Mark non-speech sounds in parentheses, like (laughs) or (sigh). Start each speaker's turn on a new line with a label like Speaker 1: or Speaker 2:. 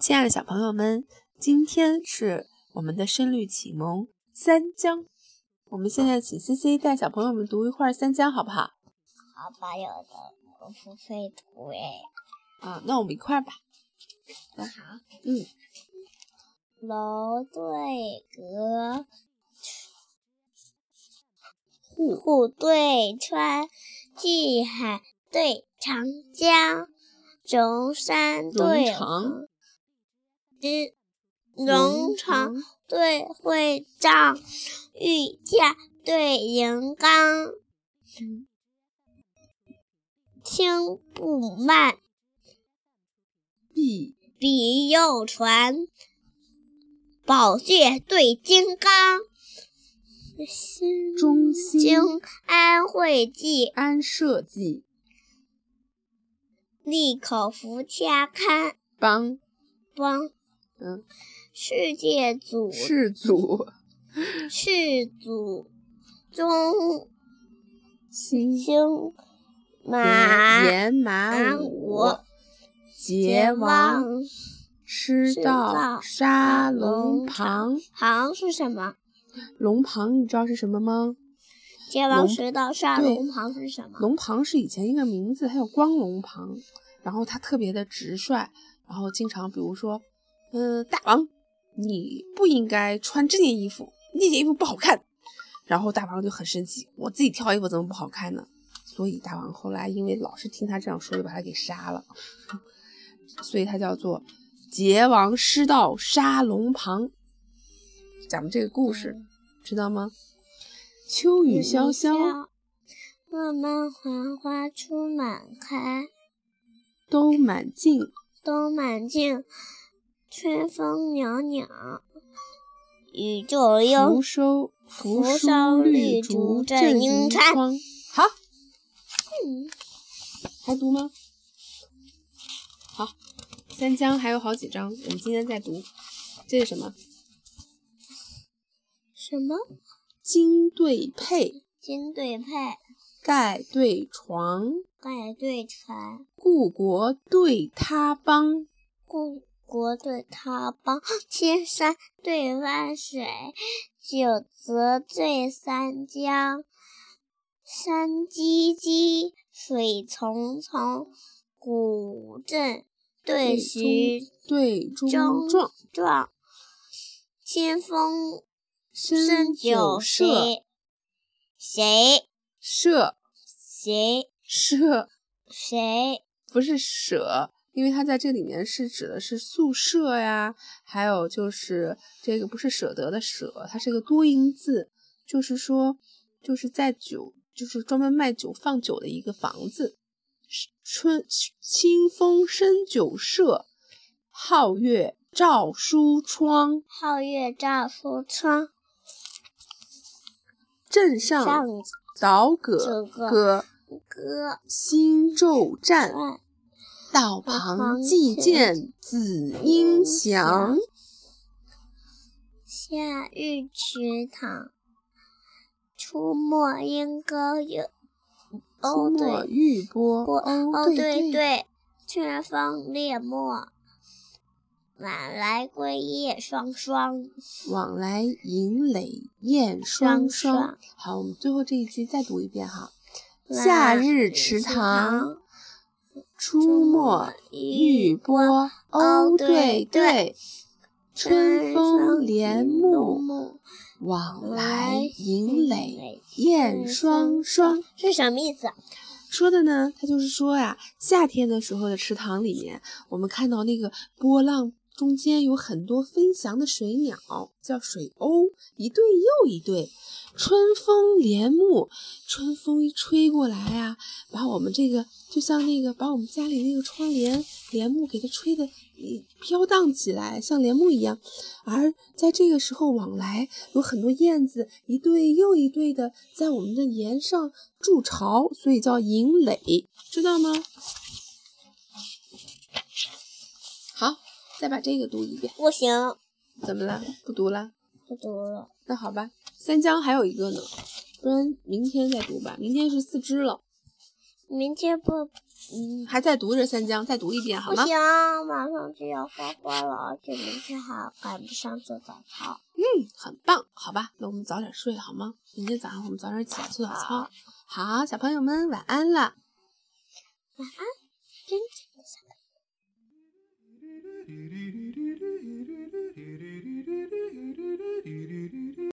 Speaker 1: 亲爱的小朋友们，今天是我们的深绿启蒙三江，我们现在请 C C 带小朋友们读一会儿三江，好不好？
Speaker 2: 好吧，有的我不会读哎。
Speaker 1: 啊，那我们一块儿吧。
Speaker 2: 好，
Speaker 1: 嗯，
Speaker 2: 楼对阁，
Speaker 1: 户
Speaker 2: 户对川，巨海对长江，荣山
Speaker 1: 冗
Speaker 2: 对
Speaker 1: 长，
Speaker 2: 之，荣长对会帐，御驾对银缸，青布幔，
Speaker 1: 碧
Speaker 2: 笔又传，宝血对金刚，新
Speaker 1: 中心
Speaker 2: 经安会记，
Speaker 1: 安社稷
Speaker 2: 利口福洽堪
Speaker 1: 邦
Speaker 2: 邦，
Speaker 1: 嗯
Speaker 2: 世界祖
Speaker 1: 氏祖
Speaker 2: 世祖宗
Speaker 1: 兴
Speaker 2: 兴马
Speaker 1: 延麻
Speaker 2: 安
Speaker 1: 武
Speaker 2: 国
Speaker 1: 桀王
Speaker 2: 王
Speaker 1: 吃
Speaker 2: 吃
Speaker 1: 到沙
Speaker 2: 到沙
Speaker 1: 龙
Speaker 2: 龙
Speaker 1: 旁，
Speaker 2: 行是什么？
Speaker 1: 龙旁你知道是什么吗？
Speaker 2: 桀
Speaker 1: 龙
Speaker 2: 王食道沙
Speaker 1: 对
Speaker 2: 龙旁是什么？
Speaker 1: 龙旁是以前一个名字，它叫光龙旁，然后他特别的直率，然后经常比如说，嗯、大王，你不应该穿这件衣服，那件衣服不好看。然后大王就很生气，我自己挑衣服怎么不好看呢？所以大王后来因为老是听他这样说，就把他给杀了， (laughs) 所以他叫做桀王失道杀龙旁。讲的这个故事，知道吗？秋嗯雨潇潇，
Speaker 2: 漫漫黄花初满开，
Speaker 1: 都满径，
Speaker 2: 冬满径，春风袅袅。宇宙
Speaker 1: 福
Speaker 2: 悠，
Speaker 1: 收
Speaker 2: 扶
Speaker 1: 扶
Speaker 2: 疏
Speaker 1: 绿
Speaker 2: 绿
Speaker 1: 竹
Speaker 2: 竹
Speaker 1: 正
Speaker 2: 正
Speaker 1: 银
Speaker 2: 嗯银川
Speaker 1: 窗。好，还读吗？好，三江还有好几章，我们今天再读。这是什么？
Speaker 2: 什么
Speaker 1: 金对佩，
Speaker 2: 金对佩，
Speaker 1: 盖对床，
Speaker 2: 盖对船，
Speaker 1: 故国对他邦，
Speaker 2: 故国对他邦， (laughs) 千山对万水，九泽对三江。山积积，水淙淙，古镇对石
Speaker 1: 对中
Speaker 2: 中
Speaker 1: 壮，
Speaker 2: 壮，清风
Speaker 1: 深
Speaker 2: 酒
Speaker 1: 社
Speaker 2: 谁谁
Speaker 1: 社
Speaker 2: 谁
Speaker 1: 社，
Speaker 2: 谁
Speaker 1: 不是舍，因为它在这里面是指的是宿舍呀，还有就是这个不是舍得的舍，它是个多音字，就是说就是在酒，就是专门卖酒放酒的一个房子。是春清风深酒社，皓月照书窗，
Speaker 2: 皓月照书窗，
Speaker 1: 镇上
Speaker 2: 上
Speaker 1: 岛
Speaker 2: 这
Speaker 1: 阁
Speaker 2: 个
Speaker 1: 歌，
Speaker 2: 歌
Speaker 1: 新昼站，
Speaker 2: 岸
Speaker 1: 道旁既见紫英祥。
Speaker 2: 夏日池塘，出没莺歌有。
Speaker 1: 出
Speaker 2: 哦
Speaker 1: 没
Speaker 2: 对，
Speaker 1: 玉波，
Speaker 2: 波
Speaker 1: 哦
Speaker 2: 对
Speaker 1: 对，
Speaker 2: 对，春风猎墨，晚来归夜双双。
Speaker 1: 往来银垒燕双
Speaker 2: 双
Speaker 1: 双
Speaker 2: 双。
Speaker 1: 好，我们最后这一句再读一遍哈。
Speaker 2: 晚
Speaker 1: 夏日池
Speaker 2: 池
Speaker 1: 塘
Speaker 2: 塘，
Speaker 1: 出没玉波，哦
Speaker 2: 哦
Speaker 1: 对
Speaker 2: 对
Speaker 1: 对，春风帘幕，
Speaker 2: 幕，
Speaker 1: 往来
Speaker 2: 来
Speaker 1: 银
Speaker 2: 银
Speaker 1: 垒
Speaker 2: 垒
Speaker 1: 燕
Speaker 2: 燕
Speaker 1: 双
Speaker 2: 双
Speaker 1: 双。
Speaker 2: 是什么意思啊？
Speaker 1: 说的呢，他就是说呀，夏天的时候的池塘里面，我们看到那个波浪中间有很多飞翔的水鸟，叫水鸥，一对又一对。春风帘幕，春风一吹过来啊，把我们这个就像那个把我们家里那个窗帘帘幕给它吹的飘荡起来，像帘幕一样。而在这个时候往来，有很多燕子一对又一对的在我们的檐上筑巢，所以叫营垒，知道吗？好，再把这个读一遍。
Speaker 2: 不行，
Speaker 1: 怎么了？不读了？
Speaker 2: 不读了。
Speaker 1: 那好吧，三江还有一个呢。不然明天再读吧。明天是四只了，
Speaker 2: 明天不
Speaker 1: 嗯，还在读这三江，再读一遍好
Speaker 2: 不
Speaker 1: 吗？
Speaker 2: 行，马上就要发瓜了，而且明天还赶不上做早操。
Speaker 1: 嗯，很棒，好吧，那我们早点睡好吗？明天早上我们早点起来做早操。好，小朋友们晚安了。
Speaker 2: 晚安。